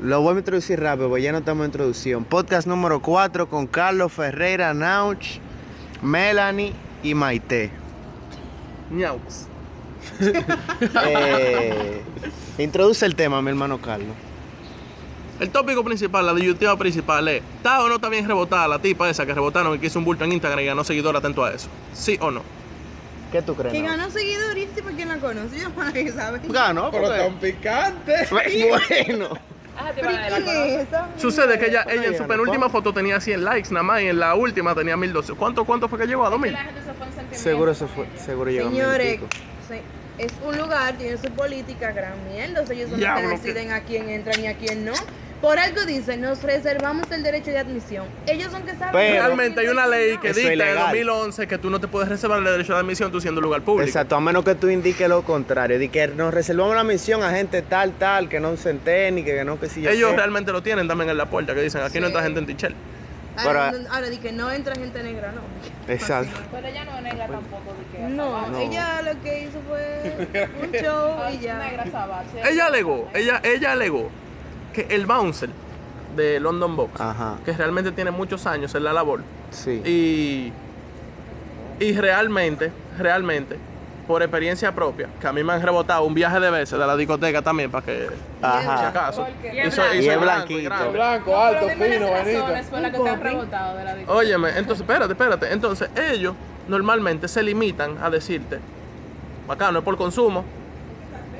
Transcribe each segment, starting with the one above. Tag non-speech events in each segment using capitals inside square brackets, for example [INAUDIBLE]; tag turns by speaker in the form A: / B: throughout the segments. A: Lo voy a introducir rápido, porque ya no estamos en introducción. Podcast número 4 con Carlos Ferreira, Nauch, Melanie y Maite.
B: Ñaux.
A: Eh, introduce el tema, mi hermano Carlos.
B: El tópico principal, la disyuntiva principal es: ¿está o no está bien rebotada la tipa esa que rebotaron y que hizo un bulto en Instagram y ganó seguidor atento a eso? ¿Sí o no?
A: ¿Qué tú crees?
C: Que
A: Nauch?
C: ganó seguidores, ¿y por quién la conoce? Yo no la sabe.
A: Ganó,
D: Pero
A: porque...
D: tan picante.
A: Bueno.
E: Ajá, te
C: ¿Pero
E: van a dar
C: quién
E: la conoce.
C: es esa?
B: Sucede que ella,
A: ¿Por qué
B: ella en su
A: ganó?
B: penúltima
A: ¿Cómo?
B: foto tenía 100 likes nada más y en la última tenía 1200. ¿Cuánto, cuánto fue que llegó? ¿A 2000?
E: La gente se fue en sentimiento.
A: Seguro se fue, seguro llegó a mil y
C: Señores,
A: pico.
C: se- es un lugar, tiene su política, gran mierda. o sea, ellos son los que
B: Diablo,
C: deciden a quién entra y a quién no. Por algo dicen, nos reservamos el derecho de admisión. Ellos son que saben.
A: Pero-
B: Realmente hay una ley que
A: Eso es
B: dicta en el
A: ilegal.
B: 2011 que tú no te puedes reservar el derecho de admisión tú siendo un lugar público.
A: Exacto, a menos que tú indiques lo contrario, de que nos reservamos la misión a gente tal, tal, que no se enteren y que, que no, que si yo
B: Ellos
A: qué.
B: realmente lo tienen también en la puerta que dicen: aquí no
C: Sí.
B: entra gente en Tichel.
C: Ahora,
A: Pero-
C: no- ahora di que no entra gente negra, no.
A: Exacto.
E: Pero ella no es negra tampoco. De que
C: No,
E: Azabal.
A: No.
C: ella lo que hizo
B: [LAUGHS]
C: fue un show
E: Ah,
C: y
E: es Negra
C: ya.
E: Azabal, sí.
B: Ella alegó, ella, ella alegó que el bouncer de London Box,
A: Ajá,
B: que realmente tiene muchos años en la labor,
A: sí.
B: y, y realmente, realmente, por experiencia propia, que a mí me han rebotado un viaje de veces de la discoteca también, para que, por si
A: Ajá.
B: acaso.
E: Porque-
B: Y,
E: No,
B: soy- y
A: Y
B: soy
A: es
B: blanco y
A: blanquito.
B: grande.
D: Blanco,
E: pero
D: alto,
E: dime las
D: fino,
E: razones
D: bonito.
E: por las que te han rebotado de la discoteca.
B: Óyeme, entonces, espérate, espérate. Entonces, ellos normalmente se limitan a decirte, acá no es por consumo,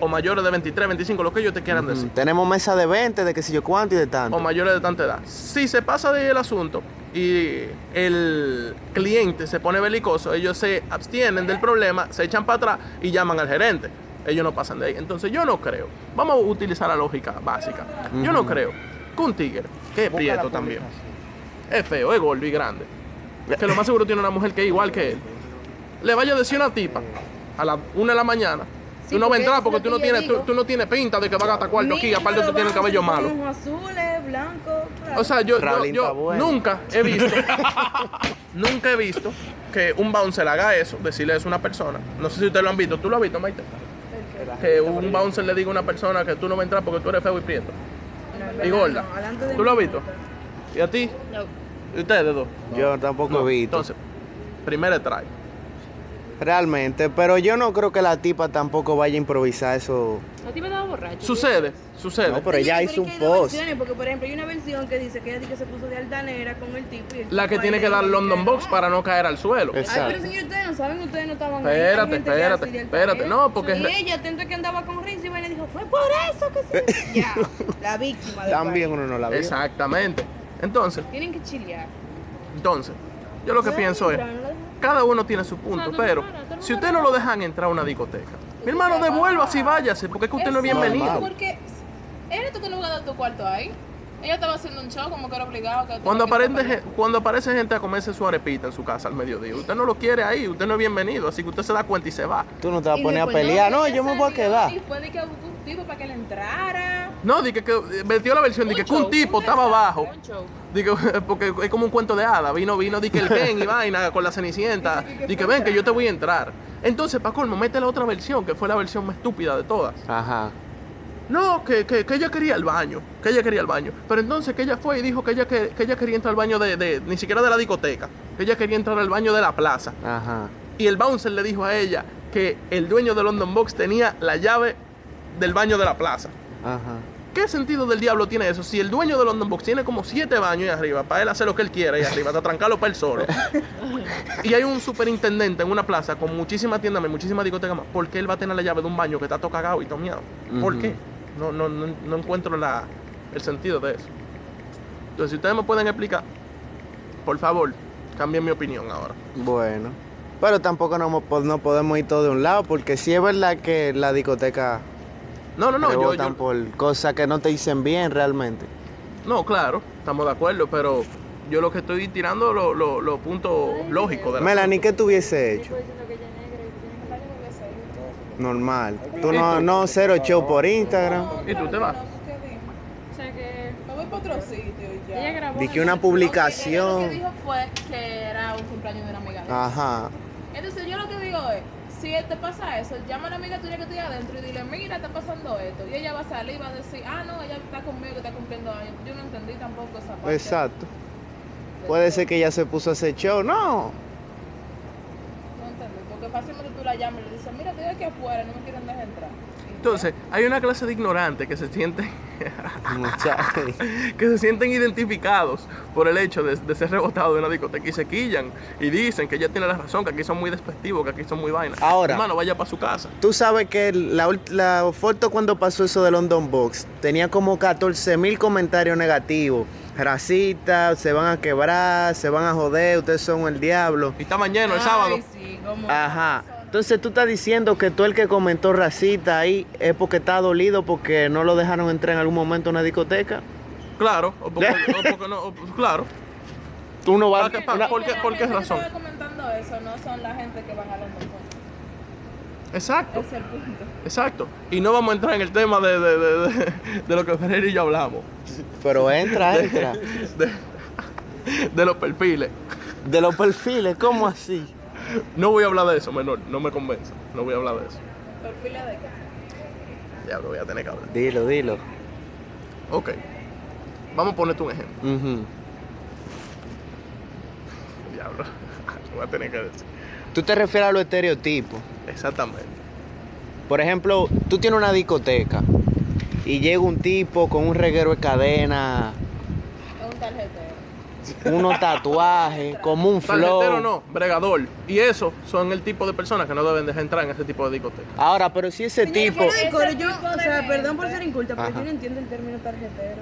B: o mayores de 23, 25, lo que ellos te quieran
A: Ujú.
B: decir.
A: Tenemos mesa de 20, de que si yo cuánto y de tanto.
B: O mayores de tanta edad. Si se pasa de ahí el asunto y el cliente se pone belicoso, ellos se abstienen del problema, se echan para atrás y llaman al gerente. Ellos no pasan de ahí. Entonces yo no creo. Vamos a utilizar la lógica básica. Yo no
A: Ujú.
B: creo que un tigre, que es prieto también, es feo, es gordo y grande, que lo más seguro tiene una mujer que es igual que él, le vaya a decir una tipa a las 1 de la mañana,
C: Sí,
B: tú no vas a
C: porque
B: entrar
C: eso es
B: porque tú
C: lo
B: no,
C: que yo
B: tienes, tú,
C: digo.
B: tú no tienes pinta de que vas a gastar cuarto aquí, aparte tú tienes el cabello malo.
C: Azules, blancos. claro.
B: O sea, yo, yo-
A: Raulín
B: yo
A: está bueno.
B: nunca he visto, [LAUGHS] nunca he visto que un bouncer haga eso, decirle eso a una persona. No sé si ustedes lo han visto, ¿tú lo has visto, Maite? Que un bouncer le diga a una persona que tú no vas a entrar porque tú eres feo y prieto.
C: No,
B: y
C: no,
B: gorda.
C: no, adelante de
B: ¿Tú lo has
C: mí,
B: visto?
C: no.
B: ¿Y a ti?
C: No.
B: ¿Y ustedes dos?
A: Yo tampoco
B: No.
A: he visto.
B: Entonces, primera try.
A: Realmente, pero yo no creo que la tipa tampoco vaya a improvisar eso.
E: No te iba a dar borracho.
B: Sucede,
A: No,
B: sucede.
A: pero ella hizo
C: Señores, es
A: un
C: que hay dos
A: post.
C: versiones, porque, por ejemplo, hay una versión que dice que ella dice que se puso de altanera con el tipo. y el
B: La
C: tipo
B: que
C: ahí
B: tiene
C: le
B: que dar
C: dijo
B: London
C: no.
B: Box para no caer al suelo.
A: Es-
C: Ay, pero
A: Exacto.
C: señor, ustedes no saben, ustedes no estaban ahí.
B: Espérate,
C: Hay gente que
B: espérate,
C: hace de
B: espérate.
C: altanera.
B: No, porque
C: Y
B: es-
C: ella, atento que andaba con Rizzo, y le dijo, fue por eso que
A: [LAUGHS]
C: se... ya, la víctima. del
A: También
C: país.
A: uno no la vio.
B: Exactamente. Entonces,
E: Tienen que chilear.
B: entonces, yo lo que
C: No,
B: pienso es...
C: no, no, no.
B: Cada uno tiene su punto,
E: Claro,
B: pero
E: claro, todo el
B: si
E: mundo
B: usted no lo
E: lo-
B: dejan entrar a una discoteca, mi hermano, devuélvase y váyase, porque es que usted no es
E: Exacto,
B: bienvenido.
A: normal.
E: Porque eres tú que no hubiera dado tu cuarto ahí. Ella estaba haciendo un show como que era obligado. Que tú
B: Cuando
E: no quieres
B: aparece,
E: acompañar.
B: gen- cuando aparece gente a comerse su arepita en su casa al mediodía, usted no lo quiere ahí, usted no es bienvenido, así que usted se da cuenta y se va.
A: Tú no te vas a
C: Y
A: poner a
C: después, no,
A: pelear. No,
E: Ella
A: yo me voy a
E: salió
A: quedar.
E: Y fue de que buscó un tipo para que le entrara.
B: No, di que, que eh, metió la versión de que, que un tipo estaba abajo,
E: Un show.
B: di que- [LAUGHS] porque es como un cuento de hada, vino, vino, di que el [LAUGHS] ven y vaina con la cenicienta, di que ven que yo te voy a entrar. Entonces, Paco, colmo, mete la otra versión, que fue la versión más estúpida de todas.
A: Ajá.
B: No, que, que, que ella quería el baño, que ella quería el baño. Pero entonces que ella fue y dijo que ella, que, que ella quería entrar al baño de, de- ni siquiera de la discoteca, que ella quería entrar al baño de la plaza.
A: Ajá.
B: Y el bouncer le dijo a ella que el dueño de London Box tenía la llave del baño de la plaza.
A: Ajá.
B: ¿Qué sentido del diablo tiene eso? Si el dueño de London Box tiene como siete baños ahí arriba, para él hacer lo que él quiera ahí arriba, hasta trancarlo para él solo. y hay un superintendente en una plaza con muchísimas tiendas y muchísimas discotecas más. ¿Por qué él va a tener la llave de un baño que está todo cagado y tomeado? ¿Por
A: Ujú.
B: qué? No, no, no, no encuentro la, el sentido de eso. Entonces, si ustedes me pueden explicar, por favor, cambien mi opinión ahora.
A: Bueno. Pero tampoco no, mo- po- no podemos ir todo de un lado, porque sí es verdad que la discoteca
B: No, no, no, yo,
A: rebotan
B: yo-
A: por cosas que no te dicen bien realmente.
B: No, claro, estamos de acuerdo, pero yo lo que estoy tirando lo, lo, lo punto lógico de la
A: Melanie, ¿qué tú hubiese hecho? Normal. Tú no, no cero show por Instagram.
B: ¿Y tú te vas?
E: O sea que
C: Me voy para otro sitio y
E: ella
C: ya.
E: grabó.
A: Di que una
E: Lo
A: publicación.
E: Lo que dijo fue que era un cumpleaños de una amiga. de ella.
A: Ajá.
E: Entonces yo lo que digo es, si te pasa eso, llama a la amiga tuya que estoy adentro y dile, mira, está pasando esto. Y ella va a salir y va a decir, ah, no, ella está conmigo, que está cumpliendo años. Yo no entendí tampoco esa parte.
A: Exacto. Puede ser que ella se puso a hacer show. [LAUGHS] No.
E: No entendí, porque fácilmente tú la llamas y le dices, mira, estoy aquí afuera, no me quieren dejar entrar. Y
B: Entonces, hay una clase de ignorantes que se sienten, [LAUGHS]
A: Muchacho.
B: que se sienten identificados por el hecho de, de ser rebotado de una discoteca y se quillan y dicen que ella tiene la razón, que aquí son muy despectivos, que aquí son muy vainas.
A: Ahora.
B: Hermano, vaya para su casa.
A: Tú sabes que la, ult- la foto cuando pasó eso de London Box tenía como 14 mil comentarios negativos. Racistas, se van a quebrar, se van a joder, ustedes son el diablo.
B: Y estaban llenos el sábado.
C: Ay, sí, como-
A: Ajá. Entonces tú estás diciendo que tú el que comentó racista ahí es porque está dolido porque no lo dejaron entrar en algún momento a una discoteca.
B: Claro, o
A: [LAUGHS]
B: porque, o porque no, o- claro.
A: Tú no vas
B: Ah, ¿qué
E: ya.
B: pasa?
E: Y
B: ¿Por qué-
E: la
B: por qué
E: gente que
B: razón?
E: estaba comentando eso no son la gente que van a los encuentros.
B: Exacto,
E: Ese es el punto.
B: exacto. Y no vamos a entrar en el tema de, de- de- de- [LAUGHS] de lo que Ferrer y yo hablamos, [LAUGHS]
A: Pero entra, entra.
B: de los perfiles.
A: De los perfiles, ¿cómo así?
B: No voy a hablar de eso, menor, no me convence. No voy a hablar de eso.
E: Perfiles de qué?
B: Ya lo voy a tener que hablar.
A: Dilo, dilo.
B: Ok, vamos a ponerte un ejemplo.
A: Ujú.
B: Diablo, [LAUGHS] lo voy a tener que decir.
A: Tú te refieres a los estereotipos.
B: Exactamente.
A: Por ejemplo, tú tienes una discoteca y llega un tipo con un reguero de cadena,
E: Es un tarjetero.
A: unos
B: [LAUGHS]
A: tatuajes, como un
B: Tarjetero
A: flow.
B: no, bregador. Y eso son el tipo de personas que no deben dejar entrar en ese tipo de discoteca.
A: Ahora, pero si
B: este
A: ese
C: Señores,
A: tipo,
C: fuera de coro,
E: Ese
C: yo,
E: tipo
C: o
E: de
C: sea,
E: gente.
C: perdón por ser inculta, pero
A: Ajá.
C: yo no entiendo el término tarjetero.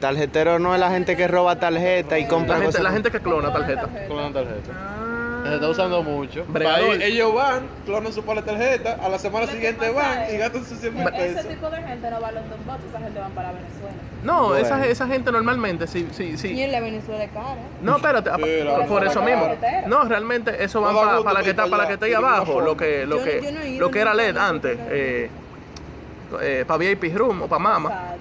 A: tarjetero no es la gente que roba tarjeta y compra
B: La gente,
A: cosas.
B: la gente que clona tarjeta.
D: Con una tarjeta.
C: Ah.
D: Se está usando mucho.
B: Bregador.
D: Ahí ellos van, clonan su pala de tarjeta, a la semana
E: Lo que
D: siguiente
E: pasa
D: van
E: es
D: y gastan sus 100 mil
E: Que Ese
D: pesos.
E: tipo de gente no va a los dos botes, esa gente va para Venezuela.
B: No,
A: Bueno.
B: esa, esa gente normalmente, sí, sí, sí.
C: Y en la Venezuela es cara.
B: No, espérate, apa-
D: Sí, la-
B: por, por eso
D: la-
B: mismo.
E: carretera.
B: No, realmente eso va
D: No da
B: para,
D: gusto
B: la que
D: ir
B: está,
D: para
B: para la
D: allá,
B: que está ahí
D: de ninguna
B: abajo,
D: forma.
B: lo que, lo
C: Yo-
B: que,
C: yo no he ido
B: lo que era
C: nunca,
B: LED
C: no sé
B: antes,
C: por qué.
B: eh, eh, para VIP Room o para Mama.
E: Exacto.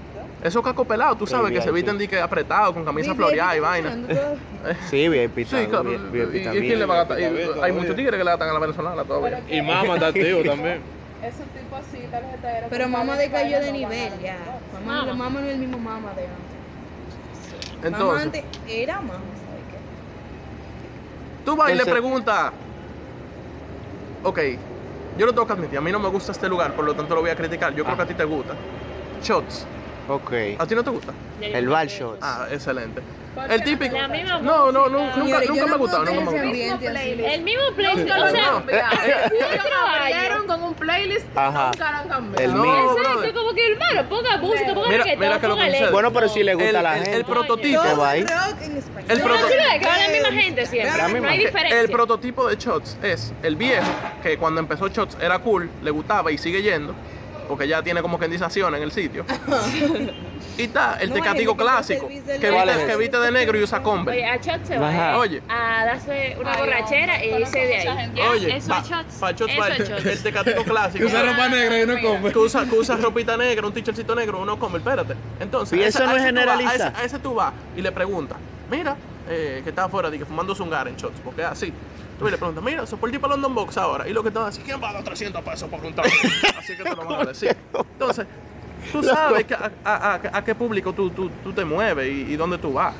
B: Esos cacos pelados, tú sabes, que se
A: VIP.
B: visten de que apretados, con camisa
C: Bien,
B: floreada y
C: bien, está
B: vaina. [LAUGHS]
C: funcionando todo.
A: Sí, VIP,
B: Sí,
A: también,
B: claro.
A: VIP
B: ¿Y, y
A: también.
B: quién le va a gastar? Y-
D: Todavía,
B: hay
D: todavía.
B: muchos tigres que le gastan a la venezolana todavía.
E: Pero que-
D: Y mamá está [LAUGHS] activo también.
E: Esos tipos así, tarjeteros.
C: Pero
E: que
C: mamá
E: salen y
C: decayó de
E: bailan, no van
C: nivel
E: a los
C: ya.
E: dos botes.
C: Mamá, no- mamá no es el mismo mamá de antes. mamá
B: Entonces,
C: antes era mamá. ¿sabe qué?
B: tú vas y le
A: Entonces-
B: preguntas. Ok, yo lo tengo que admitir, a mí no me gusta este lugar, por lo tanto lo voy a criticar. Yo creo que a ti te gusta. Shots,
A: Ok.
B: ¿a ti no te gusta?
A: El bar shot.
B: Ah, excelente.
E: ¿Por qué
B: El
E: no
B: típico.
E: te gusta?
B: No, no, nu- nunca,
C: Señores,
B: nunca
C: yo
B: me ha
C: no
B: gustado,
C: puedo
B: nunca me ha gustado.
C: tener ese
E: Mismo
C: ambiente así.
E: playlist.
F: El mismo playlist,
E: Nunca
F: o
E: lo
F: sea,
B: No, eh, eh,
F: ellos trabajaron con un playlist y
A: Ajá.
F: nunca lo han cambiado.
A: El
B: No,
A: mío.
B: brother.
F: Exacto, como que hermano, ponga música, ponga
B: Mira-
F: reggaetón,
B: mira que lo
F: ponga
B: concede.
F: electro.
A: Bueno, pues, pero si le gusta a la
B: el- el-
A: gente.
B: el prototipo.
A: Tipo,
C: Todo
A: ahí.
C: rock en español.
B: El
F: No, no,
B: proto-
F: sí, que es la misma gente
C: La
F: siempre, no
A: misma
F: hay
A: gente.
F: diferencia.
B: El prototipo de Shots es el viejo que cuando empezó Shots era cool, le gustaba y sigue yendo, porque ya tiene como que indización en el
C: [LAUGHS]
B: sitio. y está el tecatico
C: No, hay gente que
B: clásico,
C: hace el
B: que
C: servicio
A: del-
B: viste,
A: Vale.
B: que viste de negro y usa
F: Oye,
B: combe.
F: a Shot se va
A: Ajá.
F: eh,
B: Oye.
F: a darse una
E: Ay,
F: borrachera
E: hombre,
F: y
E: conozco
F: irse de
E: mucha
F: ahí.
E: gente.
B: Oye,
F: eso
B: pa-
F: es Shots.
B: pa' Shots
F: Eso
B: va
F: es
B: el,
F: Shots.
B: el tecatico clásico.
D: Que usa ropa negra y no
E: mira.
D: come.
B: que usa, que usa ropita negra, un tichercito negro, uno come, espérate. Entonces,
A: Y
B: a
A: eso
B: ese- a
A: no es
B: ese tú vas- a
A: generalizar.
B: ese- A ese tú vas y le preguntas, mira, eh, que está afuera, de que fumando zungar en shots, porque es así. Tú le preguntas, mira, soporte para London Box ahora. Y lo que te van a decir, ¿quién va a dar 300 pesos por un trago? Así que te lo
A: [LAUGHS]
B: van a decir. Entonces, tú sabes que a, a- a- a qué público tú, tú, tú te mueves y, y dónde tú vas.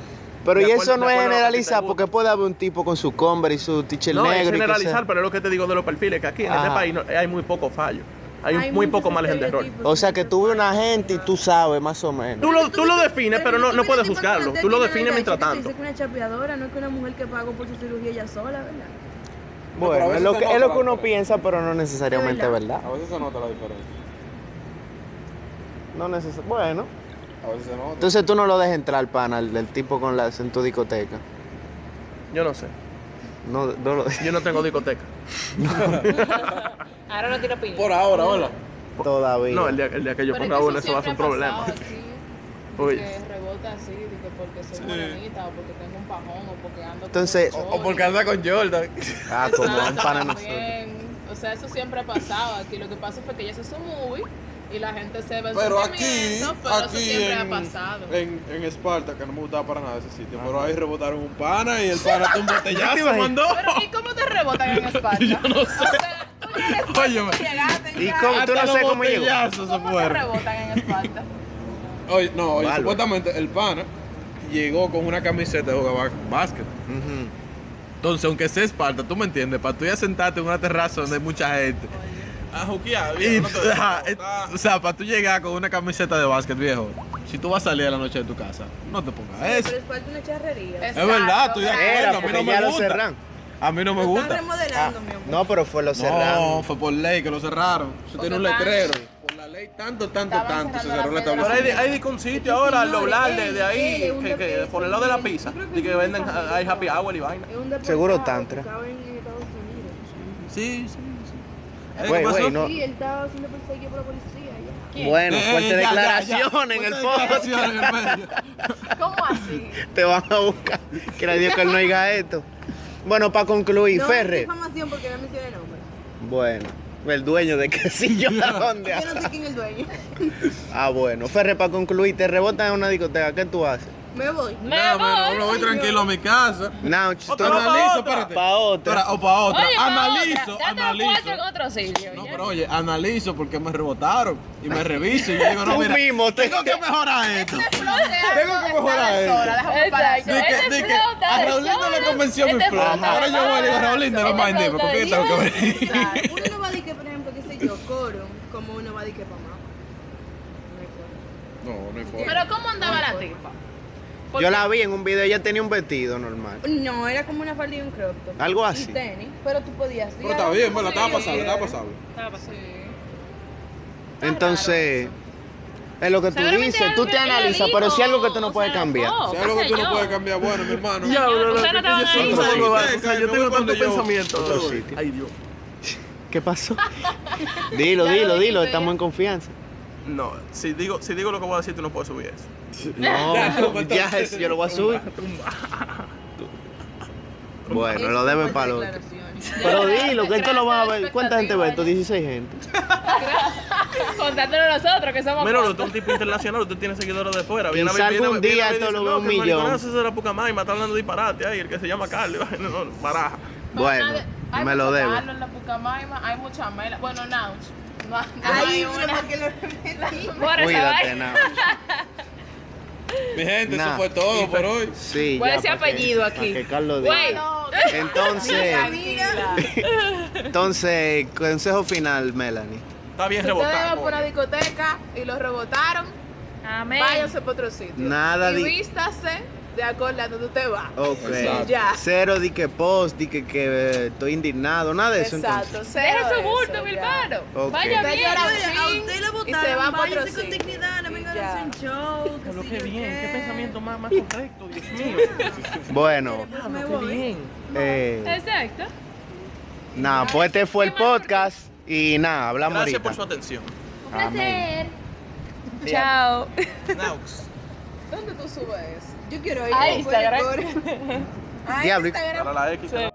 A: Pero
B: De
A: y
B: acuerdo-
A: eso no
B: de
A: es
B: acuerdo a lo que te
A: generalizar,
B: gusta.
A: porque puede haber un tipo con su Converse y su t-shirt
B: no es
A: negro. y que
B: generalizar,
A: sea-
B: pero es lo que te digo de los perfiles, que aquí en este
A: Ajá.
B: país no- hay muy poco fallo. Hay, muy
C: muchos
B: poco margen de error.
C: estereotipos,
A: O sea que
C: muchos
A: tú ves una
C: estereotipos.
A: gente y tú sabes más o menos.
B: Tú lo, tú lo defines, pero no,
C: tú
B: no
C: ves
B: puedes
C: tipo que
B: juzgarlo.
C: una
B: Tú lo
C: teta
B: defines
C: grande,
B: mientras
C: chica, Dice
B: tanto.
C: que una chapeadora, no es que una mujer que pagó por su cirugía ella sola, ¿verdad?
D: pero a
A: Bueno, es
D: veces
A: lo
D: se
A: que,
D: nota
A: es lo
D: la
A: que uno
D: diferencia.
A: piensa, pero no necesariamente
C: Es verdad.
A: verdad.
D: A veces se nota la diferencia.
A: No necesariamente. Bueno.
D: A veces se nota.
A: Entonces tú no lo dejas entrar, pana, el, el tipo con las en tu discoteca.
B: Yo no sé.
A: No, no lo dejas
B: Yo no tengo discoteca.
F: Ahora no tiene opinión.
D: Por ahora, hola.
A: todavía.
B: No, el día, el día que yo
E: Pero es
B: ponga
E: que
B: una,
E: eso
B: eso va a ser un
E: siempre ha
B: problema.
E: pasado
D: [LAUGHS]
E: aquí,
B: Oye.
E: Que rebota así, de que porque soy morenita, o porque tengo un pajón, o porque ando con
A: Entonces-
E: un
D: O
E: colon.
D: porque anda con Jordan.
A: Ah, como un
E: Exacto,
A: pana nosotros.
E: también. O sea, eso siempre ha pasado aquí. Lo que pasa fue que ella hizo su movie y la gente se ve en
D: Pero aquí,
E: sentimiento, pero eso
D: aquí
E: siempre ha
D: en,
E: pasado.
D: en, en Esparta, que no me gustaba para nada ese sitio, pero ahí rebotaron un pana y el pana tuvo un botellazo mandó.
E: Pero ¿y cómo te rebotan en España? Yo no sé. O sea, tú Óyeme.
D: Óyeme.
A: ¿Y cómo? Tú no
D: Hasta
A: sabes
D: los
A: cómo llegó.
D: botellazos se
E: ¿Cómo te
D: fueron.
E: rebotan en espalda?
D: Oye, no, oye,
A: Bárbaro.
D: supuestamente el pana llegó con una camiseta de jugar básquet.
A: Ujú.
D: Entonces, aunque sea Esparta, tú me entiendes, para tú ya sentarte en una terraza donde hay mucha gente.
B: A juquear,
D: Y, [LAUGHS] ajá, eh, o sea, para tú llegar con una camiseta de básquet, viejo, si tú vas a salir a la noche de tu casa, no te pongas eso.
C: Pero es parte de una charrería.
D: Es verdad, estoy de
E: Exacto.
D: acuerdo.
A: Era,
D: a mí
A: porque
D: no me
A: ya lo
D: gusta.
A: cerran.
D: A mí no me
C: Lo
D: gusta.
C: están remodelando, mi amor.
A: Ah, No, pero fue lo cerraron.
D: No, fue por ley que lo cerraron. Eso tiene un
E: estaban-
D: letrero. Por la ley, tanto, tanto,
E: Estaban
D: tanto. Se
E: cerrando
D: cerró el
B: Pero
E: la
B: hay, de-
D: establecimiento.
B: hay de que un sitio ahora al
C: Señores,
B: doblar de, de
C: él,
B: ahí,
C: él, un
B: que, que
C: DPS,
B: por el lado de la
C: él.
B: pizza,
C: Yo creo
B: de que
C: es
B: venden
C: familiar.
B: hay happy hour y vaina.
C: Es un deportado
A: Seguro
C: que
A: tantra.
C: estaba en Estados Unidos.
D: Sí, sí, sí. Eh,
A: Güey,
D: ¿qué pasó?
A: güey, no.
C: Sí, él estaba siendo perseguido por la policía allá.
A: Bueno,
D: Eh,
A: fuerte
D: ya, ya,
A: declaración
D: ya.
A: en el
D: Fuerte [LAUGHS]
A: podcast.
D: declaración en el medio.
E: ¿Cómo así?
A: Te van a buscar. Quiera Dios que él no oiga esto. Bueno, para concluir,
C: no,
A: Ferre.
C: es difamación porque no mencioné
A: [LAUGHS]
C: el nombre.
A: Bueno, el dueño de que sí yo a dónde.
C: Yo no sé quién es el
A: [LAUGHS]
C: dueño.
A: Ah, bueno. Ferre, para concluir, te rebotan en una discoteca. ¿Qué tú haces?
C: Me voy.
F: Me
D: No,
F: voy.
D: pero me voy tranquilo a mi casa.
A: Now,
B: Otra,
A: tú-
B: pa'
D: Analizo,
B: otra.
D: espérate.
A: Pa' otra.
D: Espera, O para otra.
F: Oye,
D: analizo,
F: pa' otra, date los
D: analizo.
F: cuatro en otro sitio.
D: No,
F: ya.
D: pero oye, analizo porque me rebotaron y me reviso. Y yo digo, no,
A: Tú
D: mira,
A: mismo te-
D: tengo que mejorar esto. Tengo que mejorar esto.
E: mejorar
F: Exacto.
D: Di que-
F: Este
D: di que
F: flota
D: a
F: de
D: Raulina le
F: sol,
D: convenció mi
F: este
D: flow.
F: flota
D: Ahora
F: de
D: yo voy y digo,
F: barro,
D: Raulina, no
F: este
D: más
F: flota
D: porque
F: de
D: yo tengo que
F: hielo.
D: venir.
F: [LAUGHS]
C: Exacto.
A: [LAUGHS]
C: Uno no va a decir que, por ejemplo, qué sé yo, coro, como uno va a decir que mamá.
D: No, no hay
F: Pero ¿cómo andaba la tipa?
A: Yo la vi en un video, ella tenía un vestido normal.
C: No, era como una falda y un crop top.
A: Algo así.
C: Y tenis, pero tú podías ir.
D: Pero está bien, bueno, estaba
E: Sí.
D: pasable, estaba pasable.
E: Sí.
A: Entonces, es lo que tú
F: Seguramente
A: dices.
F: algo
A: Tú te
F: que ella
A: analizas,
F: dijo,
A: pero si algo que tú
F: o
A: no puedes
F: sea,
A: cambiar.
F: no,
D: Si
F: qué
D: algo que
F: sé
D: tú no
F: yo.
D: puedes cambiar, bueno, mi hermano.
B: Ya, bro,
F: ustedes
B: que
F: no
B: yo
F: estaban ahí.
B: soy otro
A: Otro
B: huevazo,
D: sitio.
B: o sea,
D: Me
B: yo
D: voy
B: tengo
D: cuando
B: tantos
D: yo-
A: otro
B: pensamientos.
A: sitio.
B: Ay, Dios.
A: ¿Qué
F: [LAUGHS]
A: pasó? Dilo,
F: Ya lo
A: dilo, dilo,
F: dijiste
A: estamos
F: ya.
A: en confianza.
B: No, si digo, si digo lo que voy a decir, tú no puedes subir eso. [LAUGHS]
A: No,
D: Ya,
A: ya es, yo lo voy a subir. Bueno, lo debe para lo otro.
C: [LAUGHS]
A: Pero dilo, que esto lo va a ver. ¿Cuánta gente ve esto? 16 gente.
F: Contándolo nosotros que somos.
B: Mira,
F: cuatro.
B: usted es un tipo internacional, usted tiene seguidores de fuera. Viene a
A: Quizá
B: ver, viene,
A: algún
B: viene
A: día
B: a ver y
A: esto
B: dice,
A: lo vea
B: no,
A: un
B: que el
A: millón".
B: maricón ese será poca más y me está hablando disparate ahí, el que se llama Carlos, [LAUGHS] y vaina, no, no, baraja.
A: Bueno,
E: Hay
A: me lo
E: mucho
A: debe.
E: malo en la Pucamaima, hay mucha mela. Bueno, Nauch. No, no
C: Ay,
E: hay
C: uno
E: una.
D: [LAUGHS]
C: porque lo [LAUGHS] repetí.
F: Borra esa
A: Cuídate,
F: vaina.
A: no.
D: Mi gente,
A: Nah.
D: eso fue todo por hoy.
A: Sí,
F: ¿Cuál
A: ya,
F: es ese
A: pa' que-
F: apellido aquí?
A: pa' que Carlos diga.
F: Güey,
E: No,
A: [LAUGHS] Entonces,
E: tranquila.
A: entonces, consejo final, Melanie.
B: Está bien
E: Si ustedes van por una
B: rebotado.
E: discoteca y los rebotaron,
F: amén.
E: váyanse para otro sitio.
A: Nada
E: Y
A: de-
E: vístase de acorde a donde usted va.
A: Ok.
D: Exacto.
E: Ya.
A: Cero di que post, di que, que eh, estoy indignado, nada de eso entonces.
E: Exacto. cero
F: Deje su
E: eso,
F: bulto, mi
E: ya.
F: hermano.
A: Ok.
F: Vaya
E: Usted
F: bien.
E: llora un
C: Señores, a
E: chin
C: usted lo
E: y se va
C: votaron,
E: para otro
C: váyanse con
E: sitio.
C: dignidad, no
E: Y
C: vengan
E: ya.
C: a hacer un show. que
B: Pero
C: sí,
B: qué
C: yo
B: bien, qué pensamiento más, más correcto, Dios
C: [LAUGHS]
B: mío.
A: Bueno,
C: Pues me
B: Qué
C: voy.
B: bien.
A: eh,
F: Exacto.
A: nada, pues este fue el podcast y nada, hablamos
B: Gracias por su
A: ahorita.
C: [LAUGHS]
B: atención.
F: Un
A: Amén.
F: Um placer. Chao.
B: Naux.
E: ¿Dónde tú subes eso?
C: Yo quiero ir.
E: A
C: Ay,
E: Instagram. [LAUGHS]
C: Instagram.
A: Diablo.
B: Para la X.
E: Sí.